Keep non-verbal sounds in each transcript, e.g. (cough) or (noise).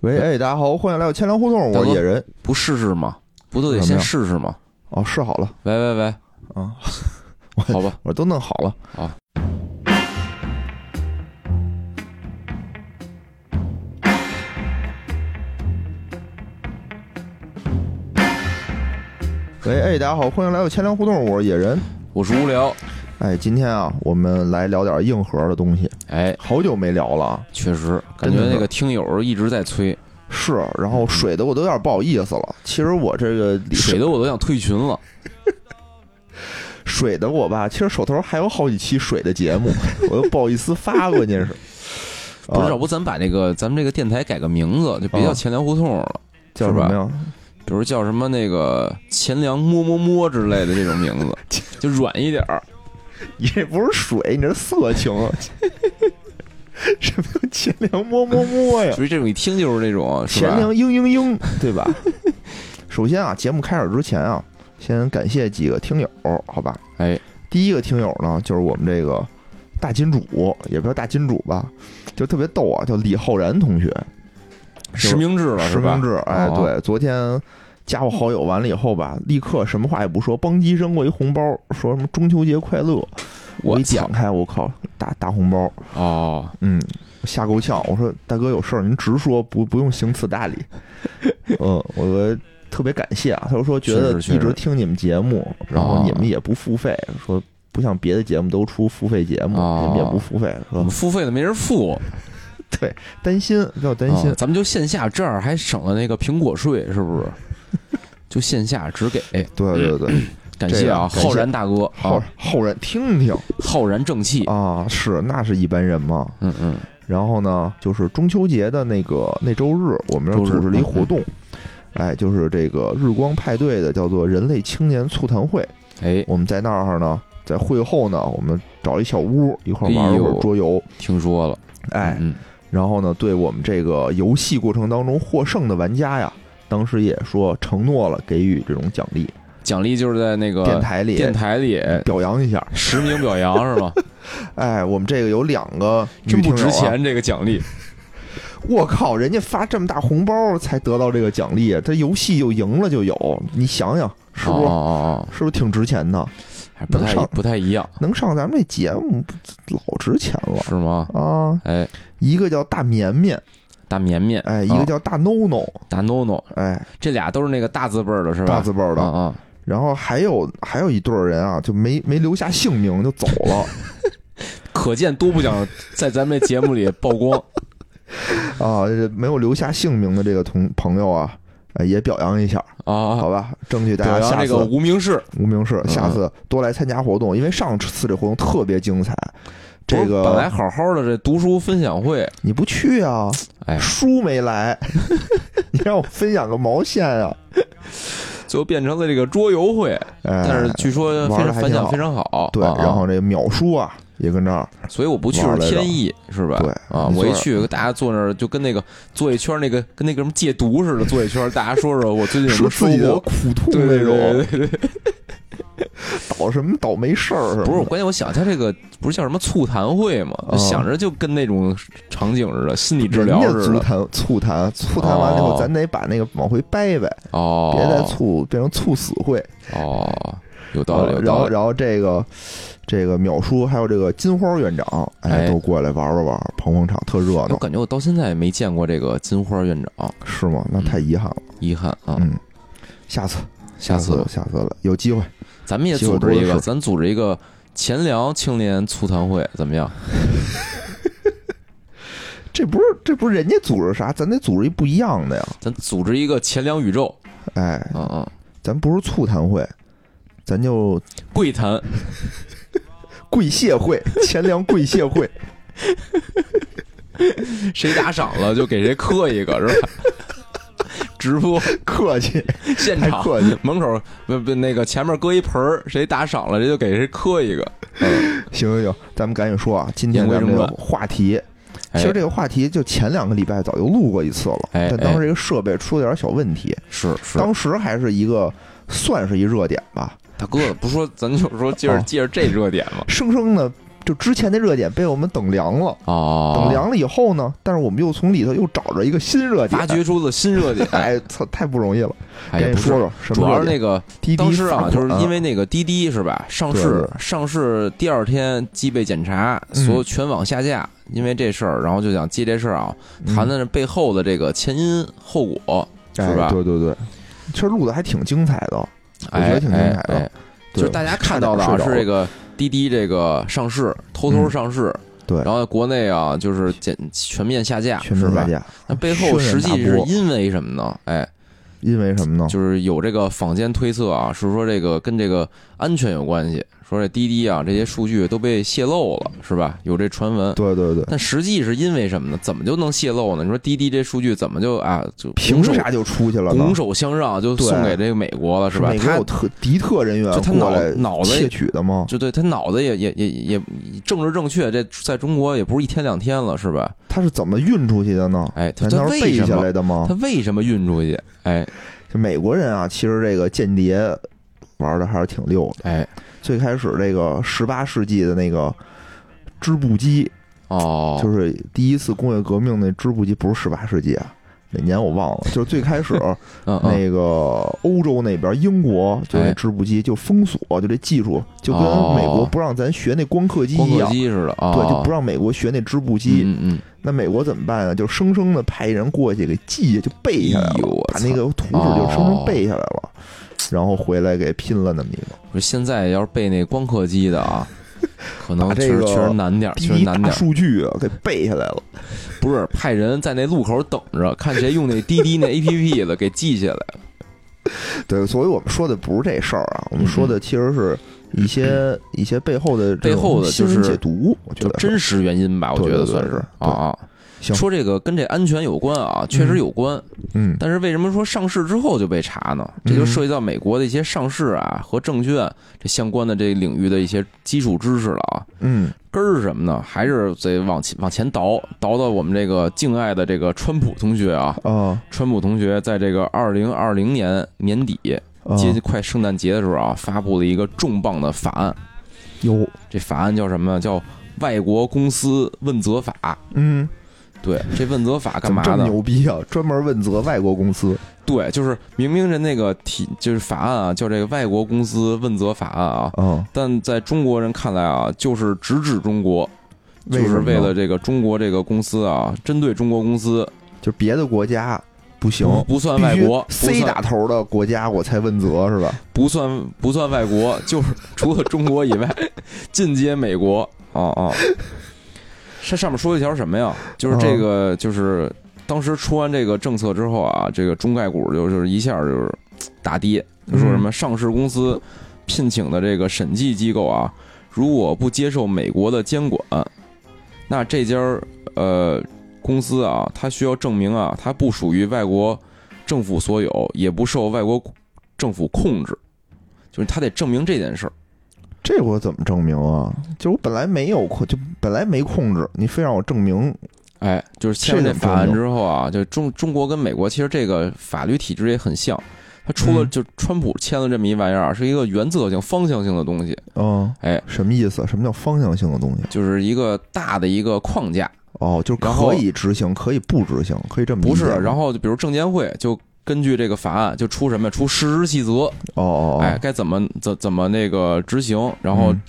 喂，哎，大家好，欢迎来到千粮胡同，我是野人。不试试吗？不都得什么先呀试试吗？哦，试好了，喂喂喂，啊， (laughs) 好吧，我都弄好了。啊喂，哎，大家好，欢迎来到千粮胡同，我是野人。我是无聊。哎，今天啊，我们来聊点硬核的东西，哎，好久没聊了啊。确实感真觉的是那个听友一直在催，是，然后水的我都有点不好意思了。其实我这个水的我都想退群了。水的我吧，其实手头还有好几期水的 (laughs) 节目，我都不好意思发，关键是。不是，啊要不咱把那个咱们这个电台改个名字，就别啊叫钱粮胡同了，叫什是吧么呀？比如叫什么那个钱粮么么么之类的这种名字， (laughs) 就软一点儿。你这不是水，你这是色情。啊 (laughs) 什么叫钱粮摸摸摸呀？所以这种一听就是那种 (laughs) 是钱吧？粮嘤嘤嘤，对吧？ (laughs) 首先啊，节目开始之前啊，先感谢几个听友，好吧？哎，第一个听友呢，就是我们这个大金主，也不叫大金主吧，就特别逗啊，叫李浩然同学，实名制了实是吧？名制。哎，哦对，昨天加我好友完了以后吧，立刻什么话也不说，邦叽扔过一红包，说什么中秋节快乐。我我一点操开，我靠，大大红包，哦，嗯，吓够呛。我说大哥有事儿您直说，不不用行刺 (laughs) 大礼。嗯，我特别感谢啊。他就说觉得确实确一直实听你们节目，然后你们也不付费，说不像别的节目都出付费节目，哦你们也不付费，我说们付费的没人付，担心不要担心啊。咱们就线下，这样还省了那个苹果税，是不是？ (laughs) 就线下只给，哎对对对，感谢啊，这个感谢浩然大哥，浩啊，浩然听听浩然正气，啊，是那是一般人嘛。嗯嗯，然后呢，就是中秋节的那个那周日，我们要周日组织了一嗯活动，哎，就是这个日光派对的，叫做人类青年促谈会。哎，我们在那儿呢，在会后呢，我们找一小屋一块儿玩一会哎儿呦桌游，听说了，哎，嗯，然后呢，对我们这个游戏过程当中获胜的玩家呀，当时也说承诺了给予这种奖励，奖励就是在那个电台里呃电台里表扬一下。实名表扬 (laughs) 是吗？哎，我们这个有两个女真听不友、啊，值钱这个奖励，我靠，人家发这么大红包才得到这个奖励，啊这游戏就赢了就有，你想想 (laughs) 是哦不是？哦哦，是不是挺值钱的？还不能太上不太一样能上咱们这节目，老值钱了是吗？啊！哎，一个叫大绵绵，大绵绵，哎，一个啊叫大 no no，大 no no，哎，这俩都是那个大字辈儿的是吧？大字辈儿啊的。啊，然后还有还有一对儿人啊，就没没留下姓名就走 (laughs) 了可见多不想在咱们这节目里曝 (laughs) 光，啊，这没有留下姓名的这个同朋友啊，哎也表扬一下，啊，好吧？争取大表家扬下这个次无名氏，无名氏嗯下次多来参加活动，因为上次这活动特别精彩。这不是本来个好好的这读书分享会，你不去啊？哎书没来， (laughs) 你让我分享个毛线啊！最后变成了这个桌游会，哎，但是据说非玩得常还反挺响好非常好，对，啊啊然后这秒叔啊也跟这儿，所以我不去是天意，是吧？对啊，你坐我那儿一去，大家坐那儿就跟那个坐一圈，那个跟那个什么戒毒似的，坐一圈，大家说说我最近有说什么自 (laughs) 生己的活，苦痛 (laughs) 对那对种，对对对，倒什么倒霉事儿，不是，关键我想他这个不是叫什么促谈会嘛，啊就想着就跟那种场景似的，心理治疗人家似足的，坛醋坛，醋坛完了以后，哦咱得把那个往回掰掰，哦，别再醋变成猝死会。哦，有道理，有然道后，理，然后这个这个淼叔还有这个金花院长，哎，哎嗯都过来玩玩玩，捧捧场，特热我闹，感觉我到现在也没见过这个金花院长，是吗？那太遗憾了，遗憾啊，嗯，下次，嗯下次次，下次了，有机会，咱们也机会组多织一的个，是咱组织一个钱粮青年促谈会，怎么样？ (laughs) 这不是这不是人家组织啥，咱得组织一不一样的呀，咱组织一个钱粮宇宙，哎，嗯嗯，咱不是醋坛会，咱就跪谈，跪谢会， (laughs) 钱粮跪谢会，谁打赏了就给谁磕一 (laughs) 个，是吧？直播客气，现太场客气，门口不不那个前面搁一盆儿，谁打赏了谁就给谁磕一个。嗯，行行行，咱们赶紧说啊！今天咱们这个话题，其实哎这个话题就前两个礼拜早就录过一次了，哎但当时这个设备出了点小问题，是是，当时还是一个算是一热点吧，大哥不说，咱就说接着啊接着这热点嘛。生生的就之前的热点被我们等凉了，哦，等凉了以后呢，但是我们又从里头又找着一个新热点，。发掘出了新热点 (laughs) 哎，操，太不容易了。哎赶呀，紧不是说，说什主么热要是那点？个滴滴当时啊，罚款就是因为那个滴滴是吧？上市对上市第二天即被检查，嗯所有全网下架，因为这事儿，然后就想借这事儿啊，谈谈这背后的这个前因后果，嗯是吧哎对对对，其实录的还挺精彩的，我觉哎得挺精彩的哎哎对就是大家看到的差啊点是睡着这个滴滴这个上市，偷偷上市，嗯对然后国内啊就是检全面下架，全民是吧下？架。那背后轩实然大际是波因为什么呢？哎，因为什么呢？就是有这个坊间推测啊，是说这个跟这个安全有关系，说这滴滴啊这些数据都被泄露了，是吧？有这传闻。对对对，但实际是因为什么呢？怎么就能泄露呢？你说滴滴这数据怎么就啊就凭拱手啥就出去了呢拱？手相让就对送给这个美国了，是吧？美国他有特敌特人员就他过来脑脑子也窃取的吗？就对他脑子也也也也也政治正确，这在中国也不是一天两天了，是吧？他是怎么运出去的呢？哎，他难他道是为背什下么来的吗他？为什么运出去？哎这美国人啊，其实这个间谍玩的还是挺溜的。哎最开始这个十八世纪的那个织布机，哦，就是第一次工业革命那织布机，不是十八世纪啊，哪年我忘了。就是最开始 (laughs) 嗯嗯那个欧洲那边，英国就那织布机就封锁，就这技术就跟哎哦美国不让咱学那光刻机光一刻样，机似的啊，对，就不让美国学那织布机。嗯嗯那美国怎么办啊？就生生的派一人过去给记，就背下来哎呦了我，把操那个图纸就生生背下来了，然后回来给拼了那么一个。嗯，说现在要是背那光刻机 (laughs) 的啊，可能把确这实个确实难点儿，第确实一难大点儿，数据啊，给背下来了。不是派人在那路口等着， (laughs) 看谁用那滴滴那 A P P 的给记下 (laughs) 来。对，所以我们说的不是这事儿啊，我们嗯说的其实是一些一些背后的这背后种的就新闻是解读，我觉就得真实原因吧，我觉得对对对算是对啊啊。行说这个跟这安全有关啊，确实有关。嗯但是为什么说上市之后就被查呢？这就涉及到美国的一些上市啊和证券这相关的这领域的一些基础知识了啊。嗯，根儿是什么呢？还是得往前往前倒，倒到我们这个敬爱的这个川普同学啊。啊川普同学在这个二零二零年年底啊接近快圣诞节的时候啊，发布了一个重磅的法案。有这法案叫什么呢？叫《外国公司问责法》。嗯，对，这问责法干怎嘛么这么的？牛逼啊？专门问责外国公司，对，就是明明人那个提就是法案啊，叫这个外国公司问责法案啊，啊，但在中国人看来啊，就是直指中国，就什是么为呢了这个中国这个公司啊，针对中国公司就别的国家不行。不不算必嗯外须国，不 C 打算头的国家，我才问责是吧？不算不算外国，就是除了中国以外，进阶美国啊啊。这上面说一条什么呀？就是这个，就是当时出完这个政策之后啊，这个中概股就就是一下就是打跌，就说什么上市公司聘请的这个审计机构啊，如果不接受美国的监管，那这家儿呃公司啊，它需要证明啊，它不属于外国政府所有，也不受外国政府控制，就是它得证明这件事儿。这我怎么证明啊？就是我本来没有控，就本来没控制，你非让我证明，哎，就是签了这这怎么法案证之后啊，就中中国跟美国其实这个法律体制也很像。它除了嗯就川普签了这么一玩意儿啊，是一个原则性、方向性的东西，嗯，哎，什么意思？什么叫方向性的东西？就是一个大的一个框架。哦，就是然后可以执行，可以不执行，可以这么理不是解吗，然后就比如证监会就根据这个法案就出什么呀出实施细则，哦哦，哦哎，，该怎么怎怎么那个执行，然后嗯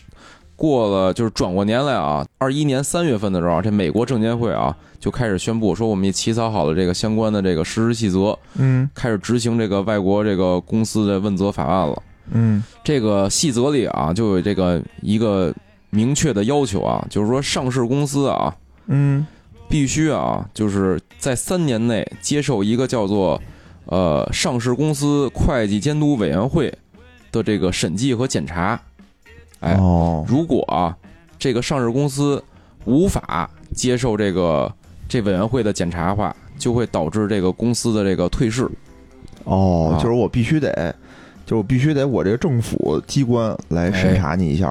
过了就是转过年来啊，二一年三月份的时候啊，这美国证监会啊就开始宣布说，我们也起草好了这个相关的这个实施细则，嗯开始执行这个外国这个公司的问责法案了。嗯这个细则里啊，就有这个一个明确的要求啊，就是说上市公司啊，嗯，必须啊，就是在三年内接受一个叫做呃上市公司会计监督委员会的这个审计和检查。哎，哦，如果啊这个上市公司无法接受这个这委员会的检查的话，就会导致这个公司的这个退市。哦啊，就是我必须得，就是我必须得我这个政府机关来审查你一下，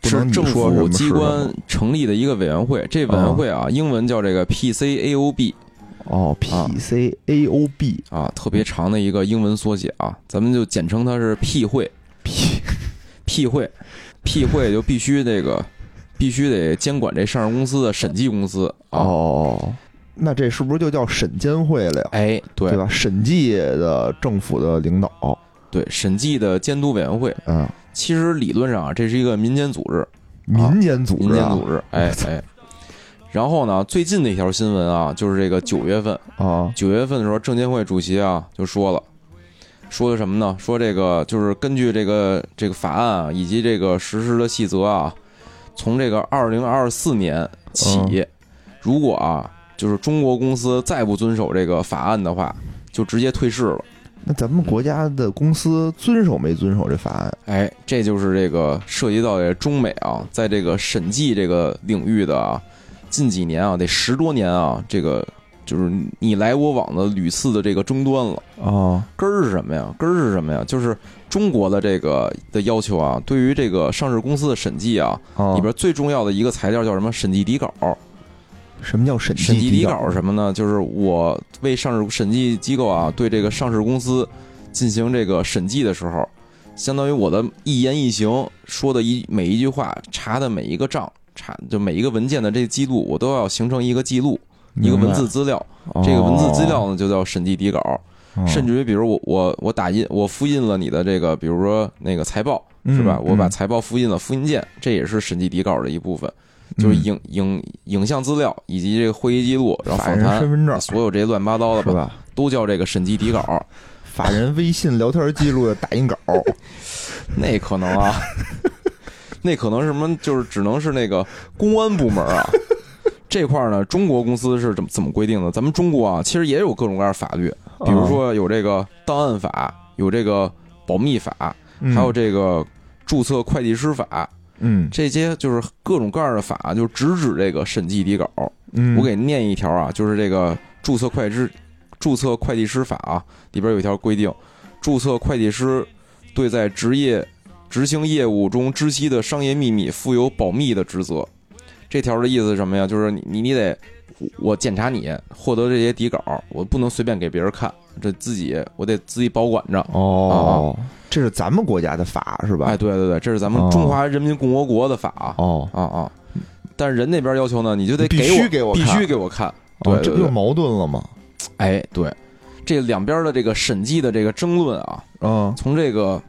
不哎是能你政说什府么机是什关么成立的一个委员会，这委员会啊，英文叫这个 PCAOB 哦啊，P C A O B 啊，特别长的一个英文缩写啊，咱们就简称它是 P 会 (laughs) P， ，P 会，P 会就必须这个必须得监管这上市公司的审计公司啊。哦，那这是不是就叫审监会了呀？哎，对对吧？审计的政府的领导，对，审计的监督委员会，嗯，其实理论上啊，这是一个民间组织，民间组民织间啊，组织，哎哎。然后呢，最近的一条新闻啊，就是这个九月份，啊，九月份的时候，证监会主席啊就说了，说的什么呢？说这个就是根据这个这个法案啊，以及这个实施的细则啊，从这个二零二四年起，如果啊就是中国公司再不遵守这个法案的话，就直接退市了。那咱们国家的公司遵守没遵守这法案？哎，这就是这个涉及到这中美啊，在这个审计这个领域的啊，近几年啊，得十多年啊，这个就是你来我往的屡次的这个争端了。哦，根儿是什么呀？根儿是什么呀？就是中国的这个的要求啊，对于这个上市公司的审计啊，里里边最重要的一个材料叫什么？审计底稿。什么叫审审计底底稿是什么呢？就是我为上市审计机构啊，对这个上市公司进行这个审计的时候，相当于我的一言一行说的一每一句话，查的每一个账，查就每一个文件的这记录，我都要形成一个记录，一个文字，资料。明白这个文字资，料呢，就叫审计底稿。哦甚至于，比如我我我打印我复印了你的这个，比如说那个财报是吧？嗯我把嗯财报复印了，复印件这也是审计底稿的一部分，就是嗯影影影像资料以及这个会议记录，然后法访人身谈，份证所有这些乱七八糟的是吧，吧？都叫这个审计 (laughs) 底稿。法人微信聊天记录的打印稿，那可能啊， (laughs) 那可能是什么？就是只能是那个公安部 (laughs) 门啊。这块儿呢，中国公司是怎么怎么规定的？咱们中国啊，其实也有各种各样的法律， (laughs) 比哦如啊说有这个档案法，有这个保密法，嗯，还有这个注册会计师法，嗯这些就是各种各样的法，就直指这个审计底稿。嗯，我给念一条啊，就是这个注册会计师注册会计师法啊里边有一条规定，注册会计师对在职业执行业务中知悉的商业秘密负有保密的职责。这条的意思是什么呀？就是你你你得我检查你获得这些底稿，我不能随便给别人看，这自己我得自己保管着。哦，这是咱们国家的法是吧？啊哎，对对对，这是咱们哦中华人民共和国的法啊哦，啊啊！但是人那边要求呢，你就得必给须我，给我必看须给我看。对哦对这不对就矛盾了吗？哎，对，这两边的这个审计的这个争论啊，嗯，从这个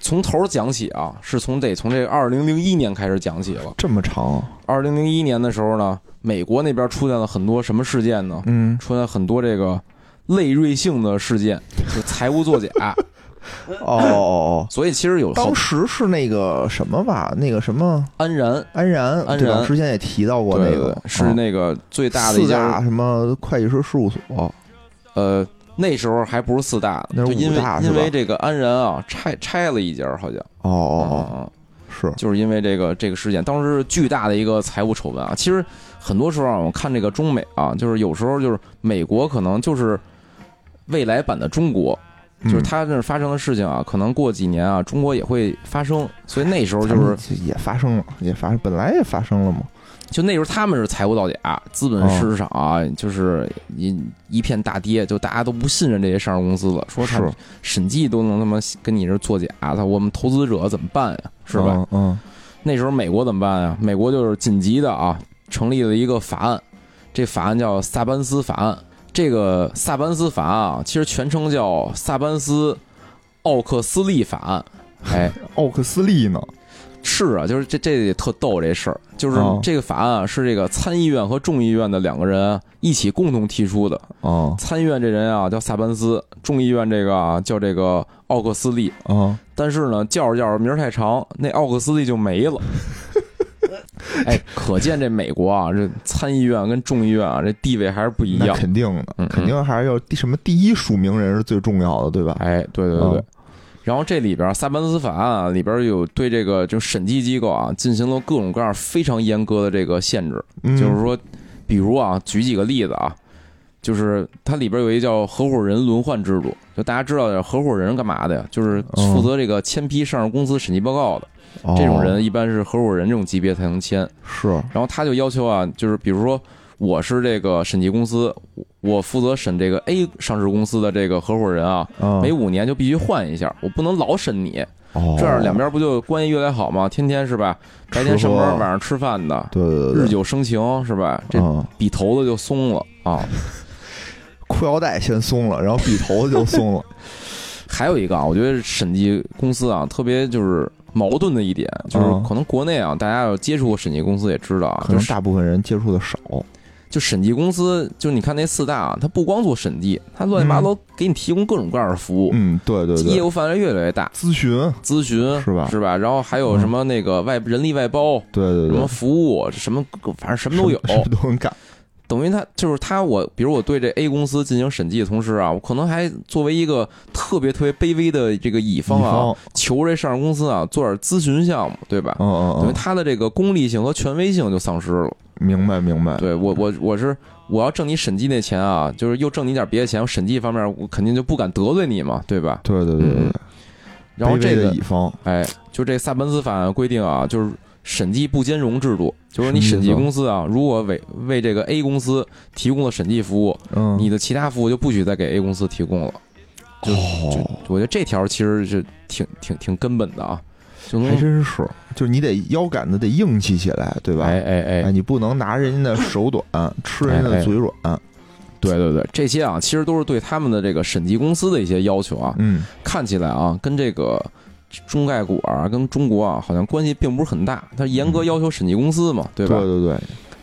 从头讲起啊，是从得从这二零零一年开始讲起了。这么长，二零零一年的时候呢，美国那边出现了很多什么事件呢？嗯，出现很多这个类瑞幸的事件，就是财务作假。 (laughs) 哦哦哦，所以其实有好当时是那个什么吧，那个什么安然，安然，安对吧然之前也提到过那对对个对，是啊那个最大的一四家大什么会计师事务所，呃，那时候还不是四大呢，那就是因五大为是因吧为这个安然啊拆拆了一家，好像哦哦嗯嗯哦，是嗯，就是因为这个这个事件，当时是巨大的一个财务丑闻啊。其实很多时候啊，我看这个中美啊，就是有时候就是美国可能就是未来版的中国，就是嗯它那儿发生的事情啊，可能过几年啊，中国也会发生，所以那时候就咱们是也发生了，也发本来也发生了嘛。就那时候他们是财务造假，资本市场啊，就是一一片大跌，就大家都不信任这些上市公司了，说他是审计都能他妈跟你这作假，啊他我们投资者怎么办呀？是吧？？嗯，那时候美国怎么办呀？美国就是紧急的啊，成立了一个法案，这法案叫萨班斯法案。这个萨班斯法案啊，其实全称叫萨班斯奥克斯利法案。哎，奥克斯利呢？是啊，就是这这也特逗这事儿，就是哦这个法案啊，是这个参议院和众议院的两个人一起共同提出的。哦参议院这人啊叫萨班斯，众议院这个啊叫这个奥克斯利。哦，但是呢，叫着叫着名儿太长，那奥克斯利就没 (laughs) 了。哎，可见这美国啊，这参议院跟众议院啊，这地位还是不一那样。肯定嗯的嗯，肯定还是要第什么第一署名人是最重要的，对吧？哎，对对对对。嗯然后这里边萨班斯法案啊，里边有对这个就审计机构啊进行了各种各样非常严格的这个限制，嗯就是说，比如啊，举几个例子啊，就是它里边有一叫合伙人轮换制度，就大家知道的合伙人干嘛的呀？就是负责这个签批上市公司审计报告的。嗯哦这种人一般是合伙人这种级别才能签。是然后他就要求啊，就是比如说我是这个审计公司，我我负责审这个 A 上市公司的这个合伙人啊，嗯每五年就必须换一下，我不能老审你。哦，这样两边不就关系越来越好吗？天天是吧？白天上吃班，喝晚上吃饭的，对对对，日久生情是吧？这嗯笔头子就松了啊。裤腰带先松了，然后笔头就松 (laughs) 了，还有一个啊，我觉得审计公司啊，特别就是矛盾的一点，就是嗯可能国内啊，大家有接触过审计公司也知道啊，可就能是大部分人接触的少。就审计公司，就你看那四大啊，它不光做审计，它乱七八糟给你提供各种各样的服务，嗯，对对业对，务范围越来越大，咨询，咨询是吧是吧？然后还有什么那个外人力外包，对对什对么，服务，什么反正什么都有，什么都能干。等于他就是他我，比如我对这 A 公司进行审计的同时啊，我可能还作为一个特别特别卑微的这个乙方啊，乙方求这上市公司啊做点咨询项目，对吧？嗯嗯等于嗯，他的这个功利性和权威性就丧失了。明白明白。对我我我是我要挣你审计那钱啊，就是又挣你点别的钱，我审计方面我肯定就不敢得罪你嘛，对吧？对对对对嗯对，然后卑微这的个乙方，哎，就这萨班斯法案规定啊，就是审计不兼容制度，就是你什么意审思计公司啊，如果为为这个 A 公司提供了审计服务，嗯，你的其他服务就不许再给 A 公司提供了。就就哦，我觉得这条其实是挺挺挺根本的啊，就能还真是，就是你得腰杆子得硬气起来，对吧？哎哎哎，哎，你不能拿人家的手短，吃人家哎的哎嘴软。对对对，这些啊其实都是对他们的这个审计公司的一些要求啊，嗯，看起来啊跟这个中概股啊跟中国啊好像关系并不是很大，它严格要求审计公司嘛，对对吧？嗯对对，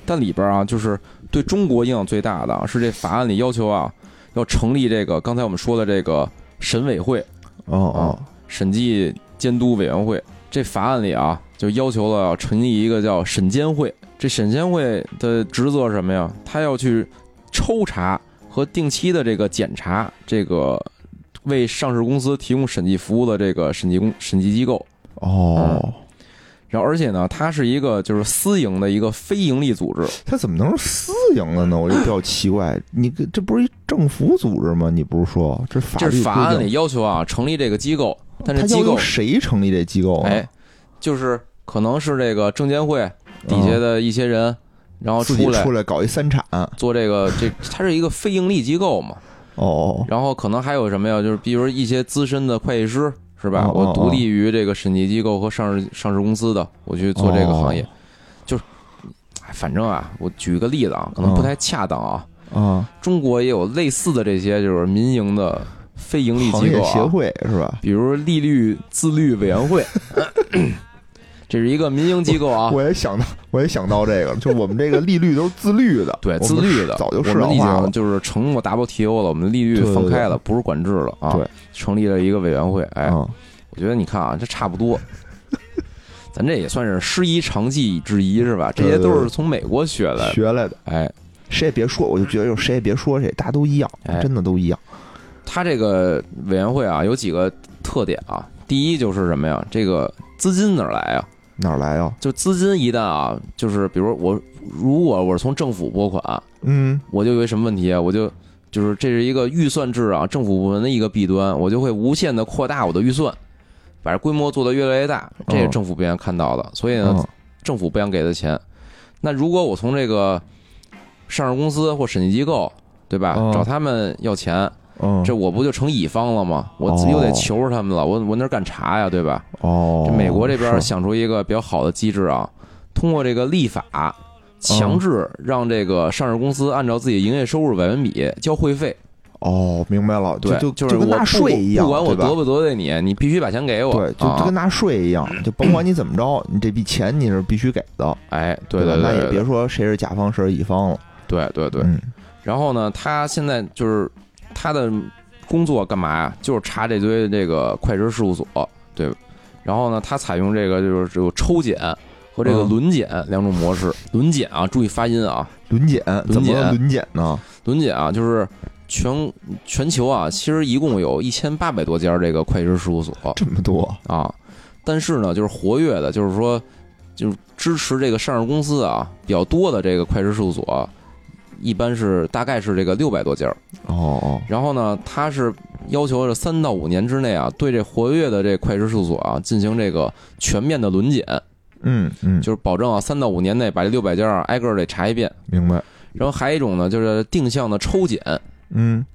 但里边啊就是对中国影响最大的啊是这法案里要求啊要成立这个刚才我们说的这个审委会。哦哦，审计监督委员会。这法案里啊，就要求了要成立一个叫审监会。这审监会的职责是什么呀？他要去抽查和定期的这个检查这个为上市公司提供审计服务的这个审计公审计机构。嗯哦，然后，而且呢，它是一个就是私营的一个非盈利组织。它怎么能是私营的呢？我就比较奇怪，你这这不是一政府组织吗？你不是说这法这律是法案规里定，要求啊，成立这个机构，但它是要机求构谁成立这机构啊？哎，就是可能是这个证监会嗯，底下的一些人，然后自己出来出来搞一三产，哦做这个这，它是一个非盈利机构嘛。哦，然后可能还有什么呀？就是比如一些资深的会计师是吧？哦哦我独立于这个审计机构和上市上市公司的，我去做这个行业哦。就是，哎反正啊，我举个例子啊，可能不太恰当啊。啊，中国也有类似的这些，就是民营的非盈利行机业构协啊，会是吧？比如利率自律委员会， (coughs) 这是一个民营机构啊。我也想到， (laughs) 我也想到这个了，就我们这个利率都是自律的，对，我们自律的，早就我市们场已化了经，就是承诺 WTO 了，我们利率对对放开了，对不是管制了啊。对，成立了一个委员会。哎，嗯我觉得你看啊，这差不多。咱这也算是师夷长技以制夷是吧？这些对对对都是从美国学来的。学来的，哎，谁也别说，我就觉得就谁也别说谁，大家都一样哎，真的都一样。他这个委员会啊，有几个特点啊。第一就是什么呀？这个资金哪儿来啊？哪儿来啊？就资金一旦啊，就是比如我如果我是从政府拨款，嗯，我就有一什么问题啊？我就就是这是一个预算制啊，政府部门的一个弊端，我就会无限的扩大我的预算，把这规模做得越来越大，这是嗯政府不愿意看到的，所以呢，嗯政府不想给的钱。那如果我从这个上市公司或审计机构，对吧，嗯找他们要钱，嗯，这我不就成乙方了吗？我哦自己又得求着他们了，我我哪敢查呀，对吧？哦，这美国这边是想出一个比较好的机制啊，通过这个立法嗯强制让这个上市公司按照自己营业收入百分比交会费，哦，明白了，对，就是跟我纳不税一样，不管我对吧得不得罪你，你必须把钱给我，对，就就啊跟，纳税一样，就甭管你怎么着，你这笔钱你是必须给的，哎，对吧对那对也对别说谁是甲方谁是乙方了，对对对。嗯，然后呢，他现在就是他的工作干嘛呀？就是查这堆这个会计师事务所，对吧。然后呢，他采用这个就是只有抽检和这个嗯轮检两种模式。轮检啊，注意发音啊，轮检怎么检轮检呢？轮检啊，就是全全球啊，其实一共有一千八百多家这个会计师事务所这么多啊，但是呢，就是活跃的，就是说，就是支持这个上市公司啊比较多的这个会计师事务所，一般是大概是这个六百多家。哦哦，然后呢，它是要求这三到五年之内啊，对这活跃的这会计师事务所啊进行这个全面的轮检，嗯嗯，就是保证啊三到五年内把这六百家啊挨个儿得查一遍。明白，然后还有一种呢，就是定向的抽检。嗯，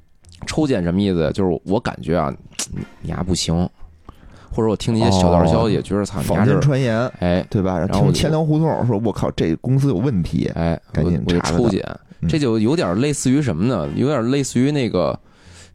抽检什么意思？就是我感觉啊，你你丫不行，或者我听那些小道哦消息，觉得操，你坊家间这，传言，哎对吧？然后听我就钱粮胡同说，我靠，这公司有问题，哎，我赶紧我就查查抽它检，嗯这就有点类似于什么呢？有点类似于那个，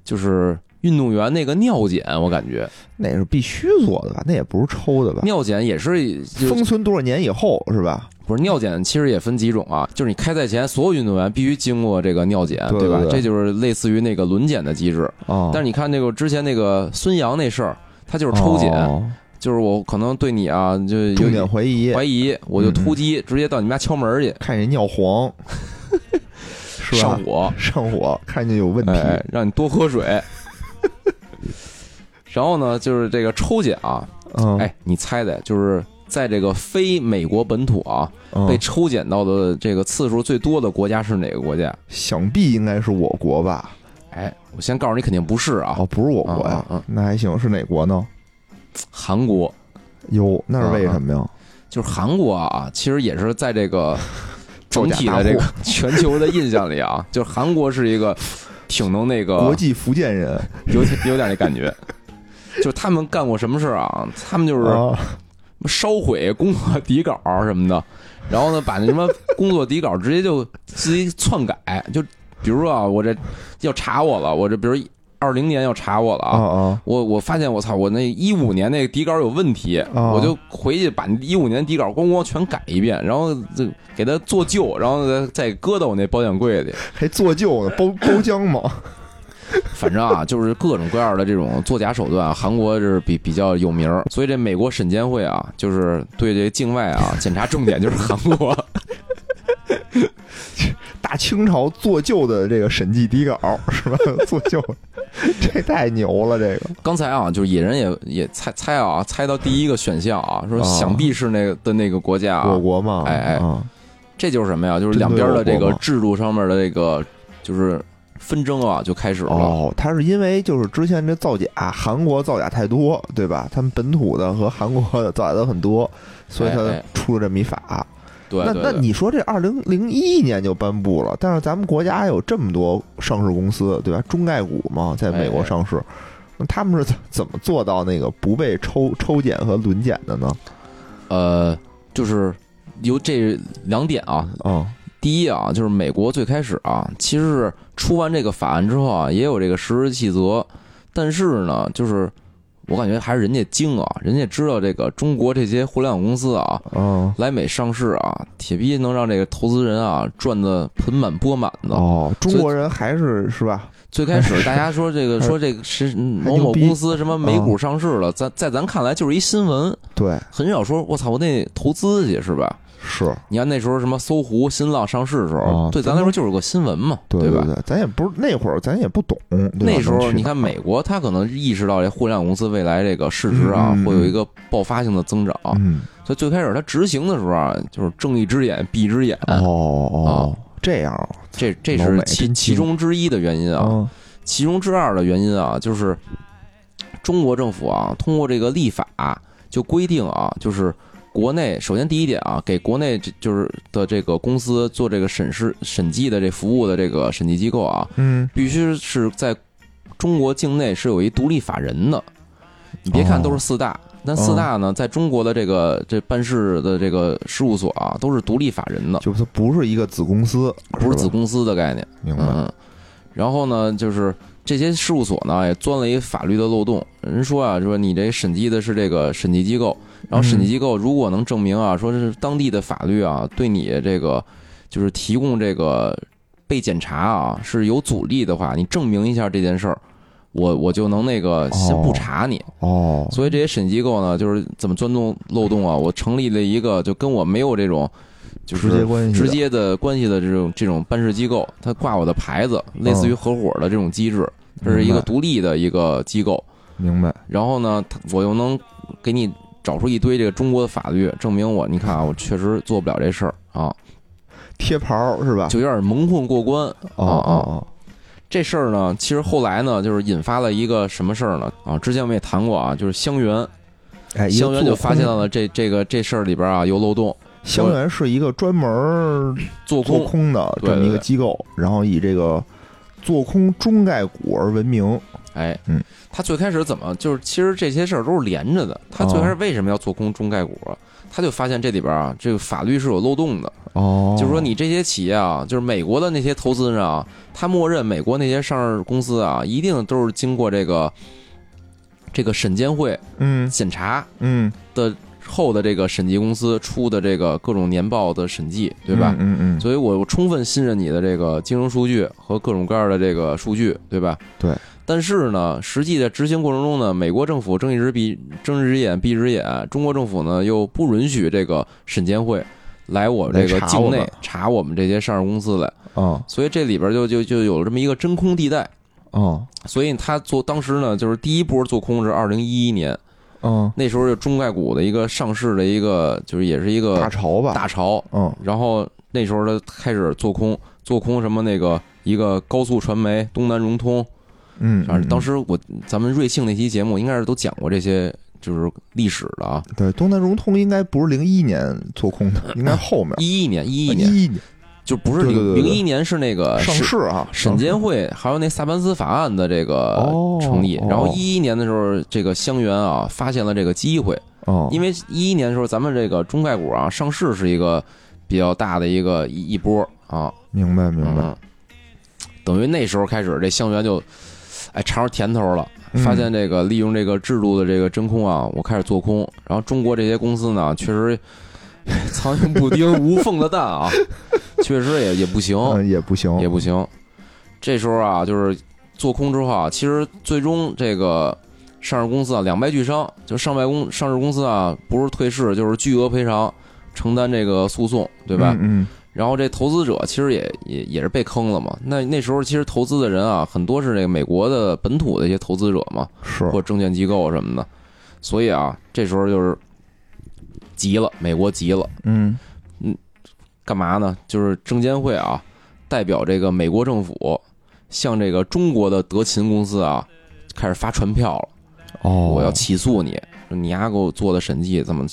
就是运动员那个尿检，我感觉那是必须做的吧？那也不是抽的吧？尿检也是就封存多少年以后是吧？不是尿检，其实也分几种啊，就是你开赛前所有运动员必须经过这个尿检，对吧对？对这就是类似于那个轮检的机制。啊，但是你看那个之前那个孙杨那事儿，他就是抽检，哦就是我可能对你啊就重有点怀疑，怀疑，我就突击，直接到你们家敲门儿去，看人尿 (laughs) 黄，是吧？上火，上火，看见有问题，哎，让你多 (laughs) 喝水。然后呢，就是这个抽检啊，嗯，哎，你猜猜，就是在这个非美国本土啊，嗯被抽检到的这个次数最多的国家是哪个国家？想必应该是我国吧？哎，我先告诉你，肯定不是啊哦，，不是我国呀啊啊啊，那还行，是哪国呢？韩国哟，那啊是为什么呀？就是韩国啊，其实也是在这个整体造假大户的这个 (laughs) 全球的印象里啊，就是韩国是一个挺能那个国际福建人，有点有点那感觉。就是他们干过什么事儿啊？他们就是啊烧毁工作底稿什么的，然后呢，把那什么工作底稿直接就自己篡改。就比如说啊，我这要查我了，我这比如二零年要查我了啊啊，啊！我我发现我操，我那一五年那个底稿有问题，哦我就回去把一五年底稿咣咣全改一遍，然后就给它做旧，然后再再搁到我那保险柜里。还做旧呢，包包浆嘛？反正啊，就是各种各样的这种作假手段啊，韩国是比比较有名儿。所以这美国审监会啊，就是对这境外啊检查重点就是韩 (laughs) 国。大清朝做旧的这个审计底稿是吧？ (laughs) 做旧，这太牛了，这个刚才啊，就是野人也也猜猜啊，猜到第一个选项啊，说哦想必是那个的那个国家啊我，国嘛，哎哎啊这就是什么呀？就是两边的针这对我个国吗制度上面的这个就是纷争啊，就开始了。哦，他是因为就是之前这造假，韩国造假太多，对吧？他们本土的和韩国的造假都很多，所以哎他哎出了这么一法。对那对那对，你说这二零零一年就颁布了，但是咱们国家有这么多上市公司，对吧？中概股嘛，在美哎国上市，那他们是怎怎么做到那个不被抽抽检和轮检的呢？呃，就是由这两点啊，啊、第一啊，就是美国最开始啊，其实是出完这个法案之后啊，也有这个实施细则，但是呢，就是我感觉还是人家精啊，人家知道这个中国这些互联网公司啊。嗯，来美上市啊，铁皮能让这个投资人啊赚的盆满钵满的。哦，中国人还是是吧？最开始大家说这个 (laughs) 还是说这个是还某牛某逼公司什么美股上市哦了，在在咱看来就是一新闻，对，很少说我操我得投资去是吧？是你看那时候什么搜狐、新浪上市的时候哦，对咱来说就是个新闻嘛，对吧？对，咱也不是那会儿，咱也不懂。对吧那时能候去你看哪儿美国，它可能意识到这互联网公司未来这个市值啊嗯嗯嗯会有一个爆发性的增长，嗯，所以最开始它执行的时候啊，就是睁一只眼闭一只眼，哦哦，这样啊这这老是美其真精其中之一的原因啊。嗯其中之二的原因啊，就是中国政府啊通过这个立法就规定啊，就是国内首先第一点啊，给国内这就是的这个公司做这个审视审计的这服务的这个审计机构啊，嗯，必须是在中国境内是有一独立法人的。你别看都是四大，但四大呢，在中国的这个这办事的这个事务所啊，都是独立法人的，就它不是一个子公司，不是子吧，公司的概念。明白？嗯，然后呢，就是这些事务所呢也钻了一法律的漏洞。人说啊，说你这审计的是这个审计机构，然后审计机构如果能证明啊，说是当地的法律啊对你这个就是提供这个被检查啊是有阻力的话，你证明一下这件事儿，我我就能那个先不查你。哦，所以这些审计机构呢，就是怎么钻洞漏洞啊？我成立了一个就跟我没有这种就是直接关嗯系的直接的关系的这种这种办事机构，它挂我的牌子，嗯类似于合伙的这种机制，这是一个独立的一个机构。明白，然后呢，它我又能给你找出一堆这个中国的法律，证明我，你看啊，我确实做不了这事儿啊，贴牌儿是吧？就有啊点蒙混过关。哦哦这事儿呢，其实后来呢，就是引发了一个什么事儿呢？啊，之前我们也谈过啊，就是香园，哦，哎，一个香园就做发现了这这个这事儿里边啊有漏洞，空香园是一个专门儿做做空空的对这么一个机构，然后以这个做空中概股而闻名。哎，嗯，他最开始怎么就是其实这些事儿都是连着的。他最开始为什么要做空中概股？他就发现这里边啊，这个法律是有漏洞的，哦，就是说你这些企业啊，就是美国的那些投资人啊，他默认美国那些上市公司啊，一定都是经过这个这个审监会嗯检查嗯，后的这个审计公司出的这个各种年报的审计，对吧？嗯嗯，嗯所以我充分信任你的这个金融数据和各种各样的这个数据，对吧？对。但是呢，实际的执行过程中呢，美国政府睁一只闭睁一只眼闭一只眼，中国政府呢又不允许这个审监会来我这来个查我境们内查我们这些上市公司来，哦所以这里边就就就有这么一个真空地带。哦所以他做当时呢，就是第一波做空是二零一一年，哦，那时候就中概股的一个上市的一个，就是也是一大个潮吧，呃大潮，嗯然后那时候他开始做空，做空什么那个一个高速传媒、东南融通，嗯，反正当时时我咱们瑞幸那期节目应该是都讲过这些，就是历史的啊。对东南融通应该不是零一年做空的，应该后面一一年，一一年啊一一年就不是对对零对零对一年是那个上审市啊，审上市监会，还有那萨班斯法案的这个哦成立哦。然后一一年的时候，这个香园啊发现了这个机会，哦，因为一一年的时候咱们这个中概股啊上市是一个比较大的一个一一波啊，明白明白，嗯，等于那时候开始，这香园就哎尝着甜头了，嗯发现这个利用这个制度的这个真空啊，我开始做空。然后中国这些公司呢，确实 (laughs) 苍蝇不叮无缝的蛋啊， (laughs) 确实也也不行，嗯也不行，也不行。这时候啊，就是做空之后啊，其实最终这个上市公司啊两败俱伤，就上败公上市公司啊不是退市就是巨额赔偿，承担这个诉讼，对吧？嗯然后这投资者其实也也也是被坑了嘛。那那时候其实投资的人啊，很多是这个美国的本土的一些投资者嘛，嗯是，或证券机构什么的。所以啊，这时候就是急了，美国急了，嗯干嘛呢？就是证监会啊，代表这个美国政府向这个中国的德勤公司啊，开始发传票了，哦，我要起诉你，说你丫给我做的审计怎么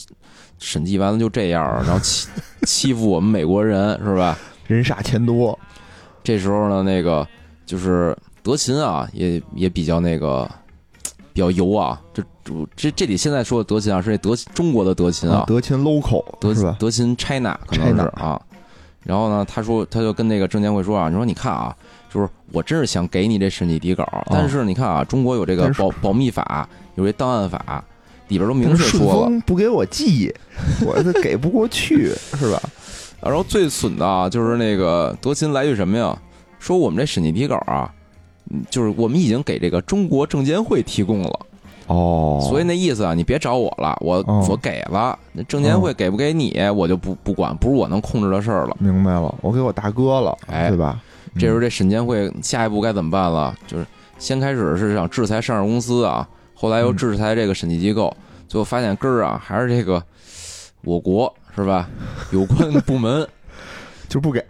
审计完了就这样儿，然后欺 (laughs) 欺负我们美国人是吧？人傻钱多，这时候呢，那个就是德勤啊，也也比较那个比较油啊。这这这里现在说的德勤啊，是那德中国的德勤啊，德勤 local 德是吧？德勤 China 可能是 China 啊。然后呢，他说他就跟那个证监会说啊，你说你看啊，就是我真是想给你这审计底稿，但是你看啊，中国有这个哦但是保保密法，有这档案法，里边都明但确是顺说了。丰不给我寄，我这给不过去是 (laughs) 吧？然后最损的啊，就是那个德勤来句什么呀？说我们这审计底稿啊，嗯，就是我们已经给这个中国证监会提供了，哦所以那意思啊，你别找我了，我、哦我给了，那证监会给不给你，我就不不管，不是我能控制的事儿了。明白了，我给我大哥了，哎对吧？嗯这时候这审监会下一步该怎么办了？就是先开始是想制裁上市公司啊，后来又嗯制裁这个审计机构，最后发现根儿啊还是这个我国是吧？有关部门就不给，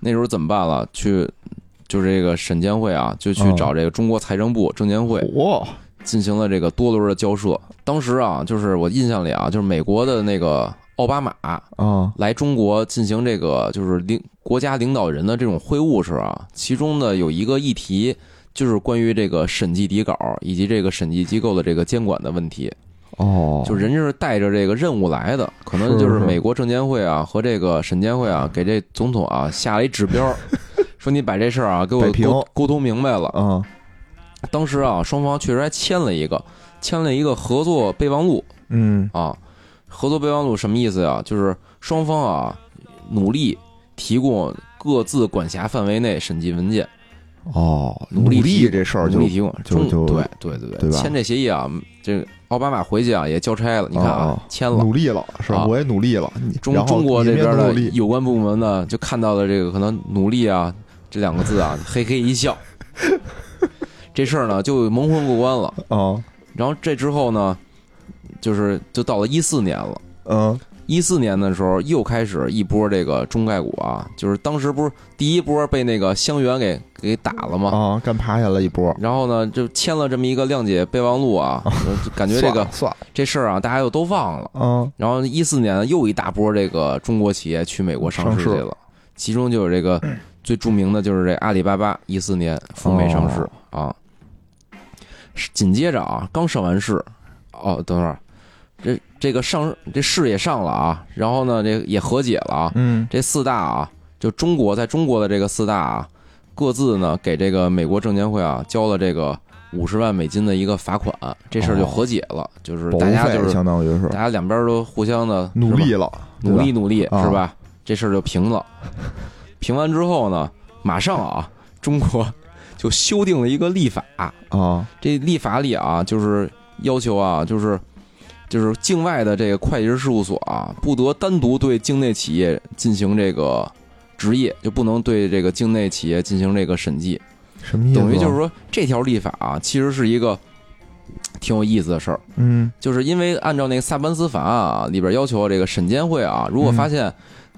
那时候怎么办了？去，就是这个审监会啊，就去嗯找这个中国财政部证监会哇，进行了这个多轮的交涉。当时啊，就是我印象里啊，就是美国的那个奥巴马啊，来中国进行这个就是领国家领导人的这种会晤时啊，其中呢有一个议题就是关于这个审计底稿以及这个审计机构的这个监管的问题。哦，就人家是带着这个任务来的，可能就是是嗯是美国证监会啊和这个审监会啊给这总统啊下了一 (laughs) 指标，说你把这事儿啊给我摆平沟沟通明白了。啊，当时啊双方确实还签了一个签了一个合作备忘录嗯啊，合作备忘录什么意思呀、啊就是双方啊努力提供各自管辖范围内审计文件，哦，努力提力这事儿努就力提供就中就对对对对吧签这协议啊，这个奥巴马回去啊也交差了，你看哦啊哦签了。努力了，是吧？啊我也努力了，你中然后中国你这们也边的努力，有关部门呢，就看到了这个可能努力啊这两个字啊，嘿嘿 (laughs) 一笑，这事儿呢就蒙混过关了。啊，然后这之后呢，就是就到了一四年了。嗯，一四年的时候，又开始一波这个中概股啊，就是当时不是第一波被那个香园给给打了吗？啊，干趴下了一波，然后呢，就签了这么一个谅解备忘录啊，就感觉 (laughs) 这算个哦了算了，这事儿啊，大家又都忘了。嗯，然后一四年又一大波这个中国企业去美国上市去上嗯了，其中就有这哦个最著名的就是这阿里巴巴，一四年赴美上市、啊。紧接着啊，刚上完市，哦，等会儿，这这个上这市也上了啊，然后呢，这也和解了啊，嗯这四大啊，就中国在中国的这个四大啊，各自呢给这个美国证监会啊交了这个五十万美金的一个罚款，这事儿就和解了，就是哦保护大家就费是相当于是大家两边都互相的努是吧力了，努力努力啊是吧？这事儿就平了。平完之后呢，马上啊，中国就修订了一个立法，对吧啊，这立法里啊，就是要求啊，就是就是境外的这个会计师事务所啊，不得单独对境内企业进行这个执业，就不能对这个境内企业进行这个审计。什么意思？等于就是，说，这条立法啊，其实是一个挺有意思的事儿，嗯就是因为按照那个萨班斯法案啊里边要求，这个审监会啊，如果嗯发现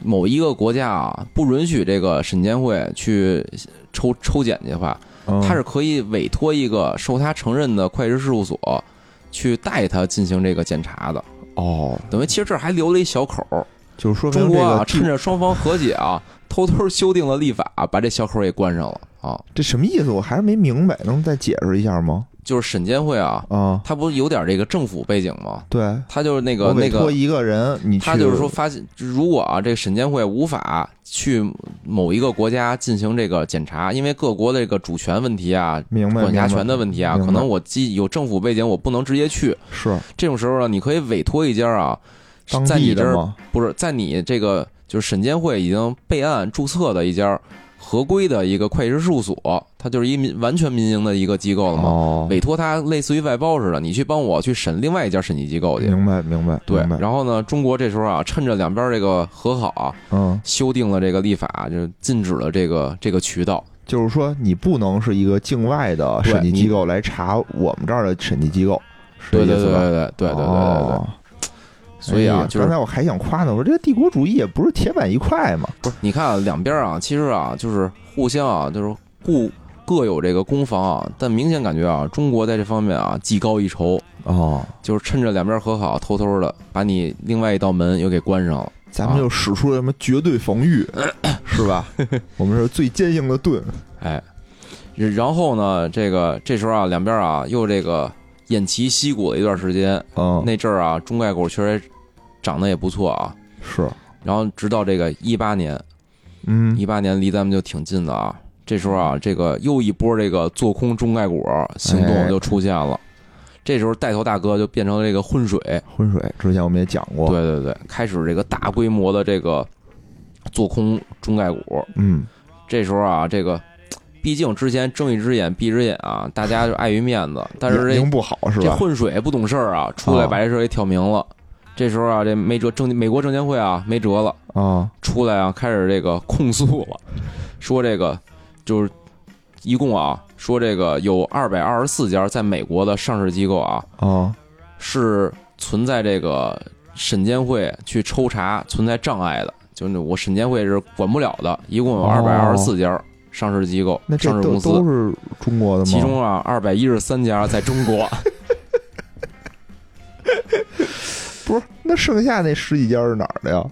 某一个国家啊不允许这个审监会去抽抽检去的话，嗯，他是可以委托一个受他承认的会计师事务所去带他进行这个检查的。哦，等于其实这儿还留了一小口儿，就是说明中国这啊个趁制着双方和解啊，偷偷修订了立法，把这小口儿也关上了啊。这什么意思？我还是没明白，能再解释一下吗？就是审监会啊，啊，他不是有点这个政府背景吗？对，他就是那我个那委托个，一个人，你他去就是说，发现，如果啊这个审监会无法去某一个国家进行这个检查，因为各国的这个主权问题啊、明白管辖明白权的问题啊，明白可能我既有政府背景，我不能直接去，是这种时候呢，啊你可以委托一家啊，当在地你这的儿吗？不是在你这个就是审监会已经备案注册的一家合规的一个会计师事务所，它就是一民完全民营的一个机构了嘛。哦，委托它类似于外包似的，你去帮我去审另外一家审计机构去。明白明白，对明白，然后呢，中国这时候啊，趁着两边这个和好啊、嗯，修订了这个立法，就禁止了这个这个渠道。就是说你不能是一个境外的审计机构来查我们这儿的审计机构，是对这对意对思对吧？对对对对对对。哦所以哎啊，呀就是刚才我还想夸呢，我说这个帝国主义也不是铁板一块嘛，不是，你看啊，两边啊，其实啊，就是互相啊，就是互各有这个攻防啊，但明显感觉啊，中国在这方面啊技高一筹，哦，就是趁着两边和好，偷偷的把你另外一道门又给关上了。咱们就使出了什么绝对防 (laughs) 御，是吧？我们是最坚硬的盾，哎，然后呢，这个这时候啊，两边啊又这个偃旗息鼓了一段时间，嗯，那阵儿啊，中概股确实涨得也不错啊。是，然后直到这个一八年，嗯，一八年离咱们就挺近的啊。这时候啊，这个又一波这个做空中概股行哎动就出现了。这时候带头大哥就变成了这个浑水，浑水之前我们也讲过，对对对，开始这个大规模的这个做空中概股。嗯，这时候啊，这个毕竟之前睁一只眼闭一只眼啊，大家就碍于面子，但是眼睛这不好是这吧？浑水不懂事儿啊，出来啊把这事儿给挑明了。这时候啊，这没辙，证美国证监会啊没辙了。啊，出来啊，开始这个控诉了，说这个就是一共啊，说这个有二百二十四家在美国的上市机构啊，啊，是存在这个审监会去抽查存在障碍的，就是我审监会是管不了的，一共有二百二十四家上市机构、哦那这上市都公都司，是中国的吗？其中啊二百一十三家在中国，不是，那剩下那十几家是哪儿的呀？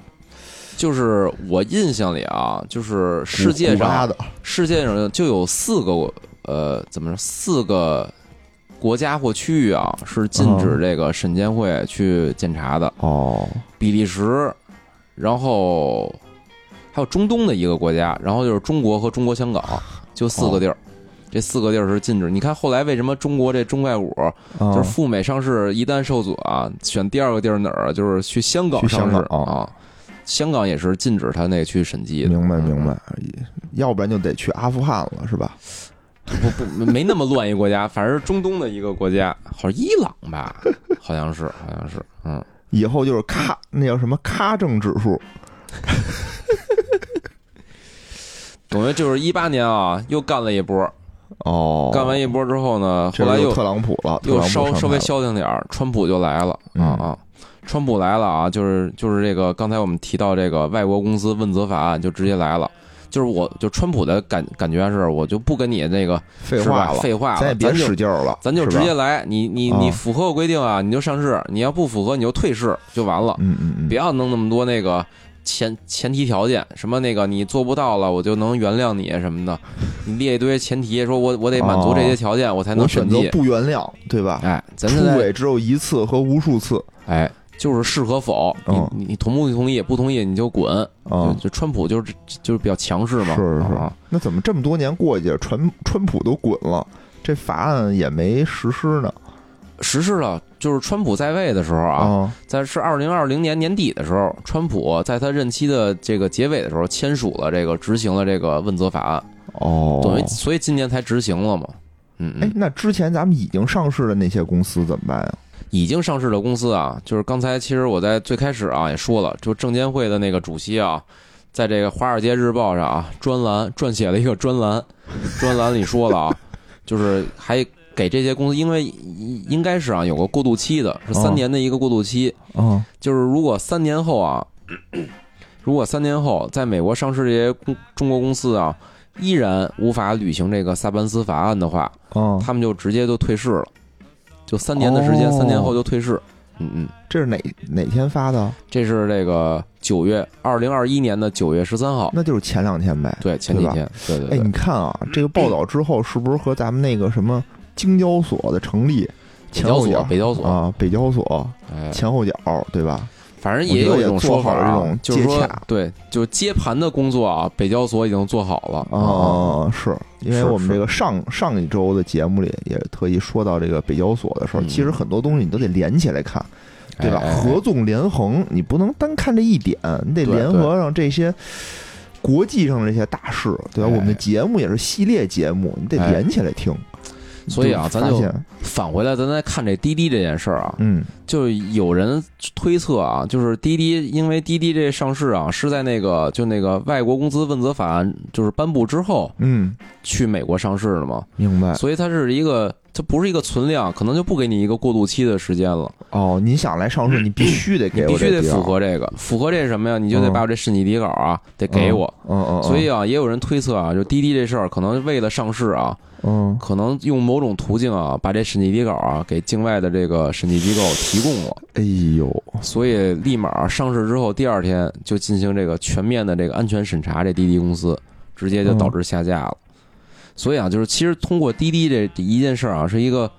就是我印象里啊，就是世界古上巴的世界上就有四个呃，怎么说四个国家或区域啊，是禁止这个审监会去检查的。哦，比利时，然后还有中东的一个国家，然后就是中国和中国香港，就四个地儿。这四个地儿是禁止。你看后来为什么中国这中概股啊就是赴美上市一旦受阻啊，选第二个地儿哪儿啊？就是去香港去上香市港啊啊。香港也是禁止他那去审计的。明白明嗯白，也要不然就得去阿富汗了是吧？不不没那么乱一国家，反正是中东的一个国家，好像伊朗吧，好像是好像是，嗯，以后就是咔，那叫什么咔正指数，等于就是一八年啊，又干了一波，哦，干完一波之后呢，这后来又又特朗普了，特又朗普上稍台稍微了消停点儿，川普就来了啊嗯啊，川普来了啊，就是就是这个刚才我们提到这个外国公司问责法案就直接来了。就是我，就川普的感感觉是，我就不跟你那个废是吧话了，废话了，咱也别咱就使劲儿了，咱就是直吧接来，你你啊你符合我规定啊，你就上市，你要不符合你就退市就完了。嗯嗯嗯，不要弄那么多那个前前提条件，什么那个你做不到了，我就能原谅你什么的，你列一堆前提，说我我得满足这些条件，我才能哦我选审择计。不原谅，对吧？哎，咱出现在轨只有一次和无数次哎，就是是和否，你嗯你你同不同意？不同意你就滚。啊就！就川普就是就是比较强势嘛，是是啊，那怎么这么多年过去，川川普都滚了，这法案也没实施呢实施了。就是川普在位的时候啊，啊？在是二零二零年年底的时候，川普在他任期的这个结尾的时候签署了这个执行了这个问责法案，哦，等于所以今年才执行了嘛。嗯哎嗯，，那之前咱们已经上市的那些公司怎么办呀？已经上市的公司啊，就是刚才其实我在最开始啊也说了，就证监会的那个主席啊，在这个《华尔街日报》上啊专栏撰写了一个专栏， (laughs) 专栏里说了啊，就是还给这些公司，因为应该是啊有个过渡期的，是三年的一个过渡期，啊，就是如果三年后啊， (coughs) 如果三年后在美国上市这些公中国公司啊依然无法履行这个萨班斯法案的话，啊，他们就直接就退市了，就三年的时间，哦三年后就退市。嗯嗯，这是哪哪天发的？这是这个九月二零二一年的九月十三号，那就是前两天呗。对，前几对吧天，对对哎，对你，看啊，这个报道之后，是不是和咱们那个什么京交所的成立北前交后所，脚北交所，啊，北交所哎，前后脚，对吧？反正也有一种说我觉法得也做好了啊，这就种是接说洽，对，就是接盘的工作啊，北交所已经做好了啊。啊，是因为是我们是这个上上一周的节目里也特意说到这个北交所的时候，嗯其实很多东西你都得连起来看，对吧？哎哎哎合纵连横，你不能单看这一点，你得对联合上这些国际上的这些大事，对吧？哎我们的节目也是系列节目，你得哎连起来听。所以啊你咱发就现返回来，咱再看这滴滴这件事儿啊，嗯就是有人推测啊，就是滴滴因为滴滴这上市啊，是在那个就那个外国公司问责法案就是颁布之后嗯，去美国上市的嘛，明白。所以它是一个，它不是一个存量，可能就不给你一个过渡期的时间了，哦，你想来上市，你必须得嗯你给必哎我须这得地儿符。合这个，符合这是什么呀？你就得嗯把我这审计底稿啊，得给我。嗯嗯，嗯所以啊，也有人推测啊，就滴滴这事儿，可能为了上市啊，嗯，可能用某种途径啊，把这审计底稿啊给境外的这个审计机构提供了，哎呦，所以立马上市之后第二天就进行这个全面的这个安全审查，这滴滴公司直接就导致下架了。所以啊，就是其实通过滴滴这一件事儿啊，是一个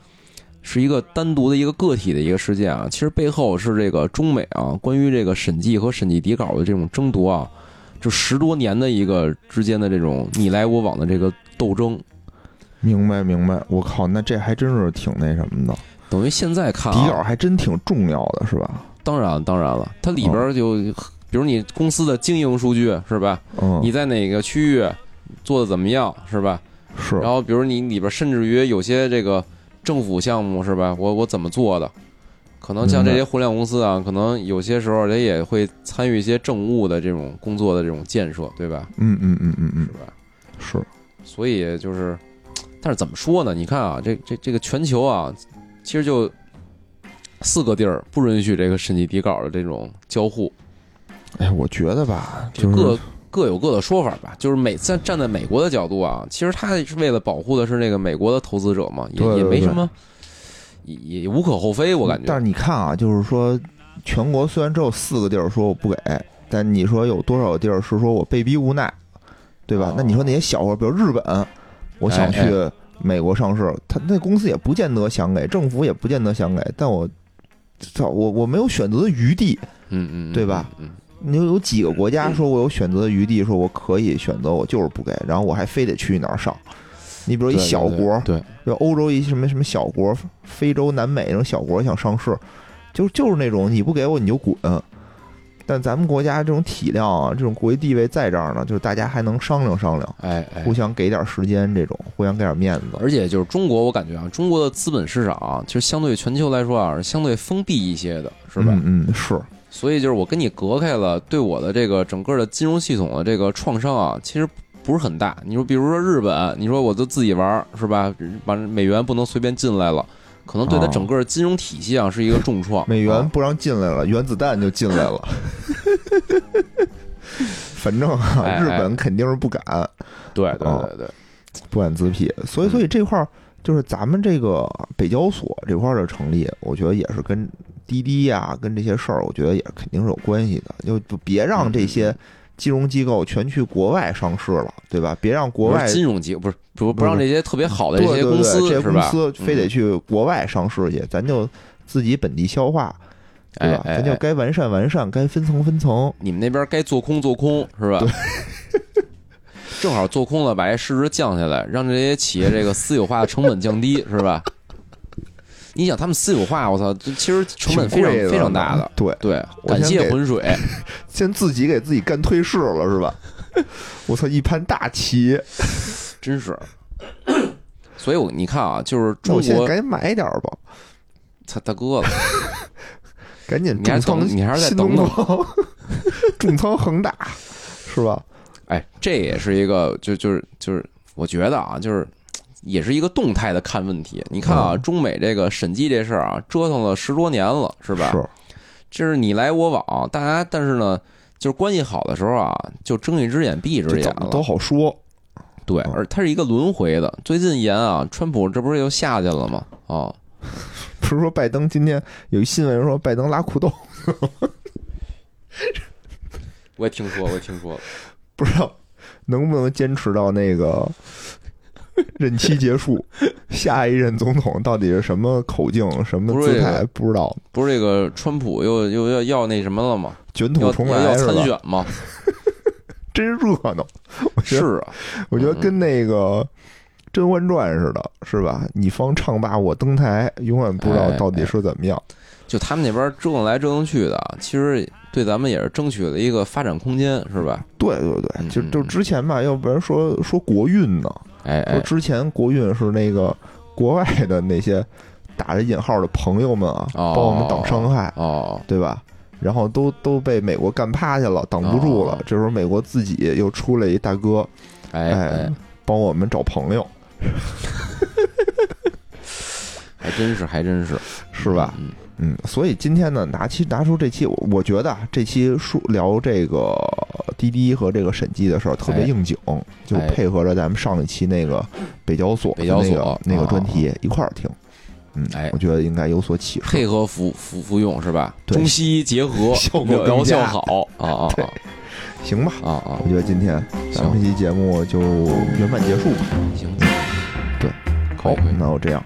是一个单独的一个个体的一个事件啊，其实背后是这个中美啊关于这个审计和审计底稿的这种争夺啊，就十多年的一个之间的这种你来我往的这个斗争，明白明白。我靠，那这还真是挺那什么的，等于现在看、啊、底稿还真挺重要的，是吧？当然，当然了，它里边儿就，比如你公司的经营数据是吧？嗯，你在哪个区域做的怎么样是吧？是然后比如你里边儿甚至于有些这个政府项目是吧？我我怎么做的？可能像这些互联网公司嗯啊，可能有些时候人也会参与一些政务的这种工作的这种建设，对吧？嗯嗯嗯嗯嗯是，吧？是所以就是，但是怎么说呢？你看啊，这这这个全球啊，其实就四个地儿不允许这个审计底稿的这种交互。哎，我觉得吧，就就是各各有各的说法吧。就是美站站在美国的角度啊，其实他是为了保护的是那个美国的投资者嘛，也对对也对没什么，也也无可厚非，我感但觉。是你看啊，就是说，全国虽然只有四个地儿说我不给，但你说有多少个地儿是说我被逼无奈，对吧？哦那你说那些小国，比如日本，我想去哎美国上市，他那公司也不见得想给，政府也不见得想给，但我操，我我没有选择的余地。嗯嗯，嗯对吧？嗯，你有有几个国家说我有选择的余地，说我可以选择，我就是不给，然后我还非得去哪儿上？你比如嗯一小国，对，对就欧洲一什么什么小国，非洲、南美那种小国想上市，就就是那种你不给我你就滚。但咱们国家这种体量啊，这种国际地位在这儿呢，就是大家还能商量商量，哎哎互。相给点时间，这种互相给点面子。而且就是中国，我感觉啊，中国的资本市场啊，其实相对全球来说啊，是相对封闭一些的，是吧？嗯嗯，是，所以就是我跟你隔开了，对我的这个整个的金融系统的这个创伤啊，其实不是很大。你说，比如说日本，你说我就自己玩儿是吧？把美元不能随便进来了，可能对它哦整个金融体系啊是一个重创。美元啊不让进来了，原子弹就进来了。 (laughs) 反正啊，哎日本肯定是不敢，对对哦对对，不敢自辟。所以，嗯所以这块儿就是咱们这个北交所这块儿的成立，我觉得也是跟滴滴呀、跟这些事儿，我觉得也肯定是有关系的。就就别让这嗯些金融机构全去国外上市了，对吧？别让国外不是金融机不是不不不是让这些特别好的对些对公对司这些是公吧？司非得嗯去国外上市去，咱就自己本地消化，对哎吧？哎咱就哎该完善完善，该分层分层。你们那边该做空做空是 (laughs) 吧？正好做空了，把这市值降下来，让这些企业这个私有化的成本降低，是吧？你想他们私有化，我操，这其实成本非常挺贵的非常大的。对，对，我感先谢给 (laughs) 浑水，先自己给自己干退市了是吧？ (laughs) 我操，一盘大棋，真是。 (coughs) 所以我你看啊，就是那中我现在国，赶紧买一点儿吧，他大哥了，赶紧你还重是仓等你还是再新东等等 (laughs) 方，重仓恒大，是吧？哎，这也是一个，就就是就是，我觉得啊，就是也是一个动态的看问题。你看啊，嗯中美这个审计这事儿啊，折腾了十多年了，是吧？就是你来我往，大家但是呢，就是关系好的时候啊，就睁一只眼闭一只这眼怎么都了。好说，对，嗯而它是一个轮回的。最近一言啊，川普这不是又下去了吗？啊，不是说拜登今天有一新闻说拜登拉裤兜，我也听说，我也听说。不知 (laughs) 道能不能坚持到那个任期结 (laughs) 束，下一任总统到底是什么口径、什么不是姿这态，不知道。不是这个川普又又要要那什么了吗？卷要土重要要来是参吧？选吗？真热闹，我觉得是啊，我觉得跟那个《甄嬛传》似的，是吧？你方唱罢我登台，永远不知哎道到底是怎么样。就他们那边折腾来折腾去的啊，其实对咱们也是争取了一个发展空间，是吧？对对对，嗯就嗯就嗯之前吧，要不然说说国运呢，哎说哎，之前国运是那个国外的那些打着引号的朋友们啊，哦帮我们挡伤害，哦，对吧？然后都都被美国干趴下了，挡不住了哦。这时候美国自己又出来一大哥，哎哎哎，，帮我们找朋友，还真是还真是，是吧？嗯？嗯，所以今天呢，拿期拿出这期，我我觉得啊，这期说聊这个滴滴和这个审计的事儿特别哎应景，就哎配合着咱们上一期那个北交所北交那个所那个啊专题一块儿听。嗯，哎我觉得应该有所启示。配合服服服用是吧？对中西医结合， (laughs) 效果疗更疗佳效好啊啊对行吧，啊啊！我觉得今天咱们这期节目就圆满结束吧。行，对，可以可以，那就这样，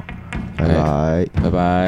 拜哎拜。拜拜。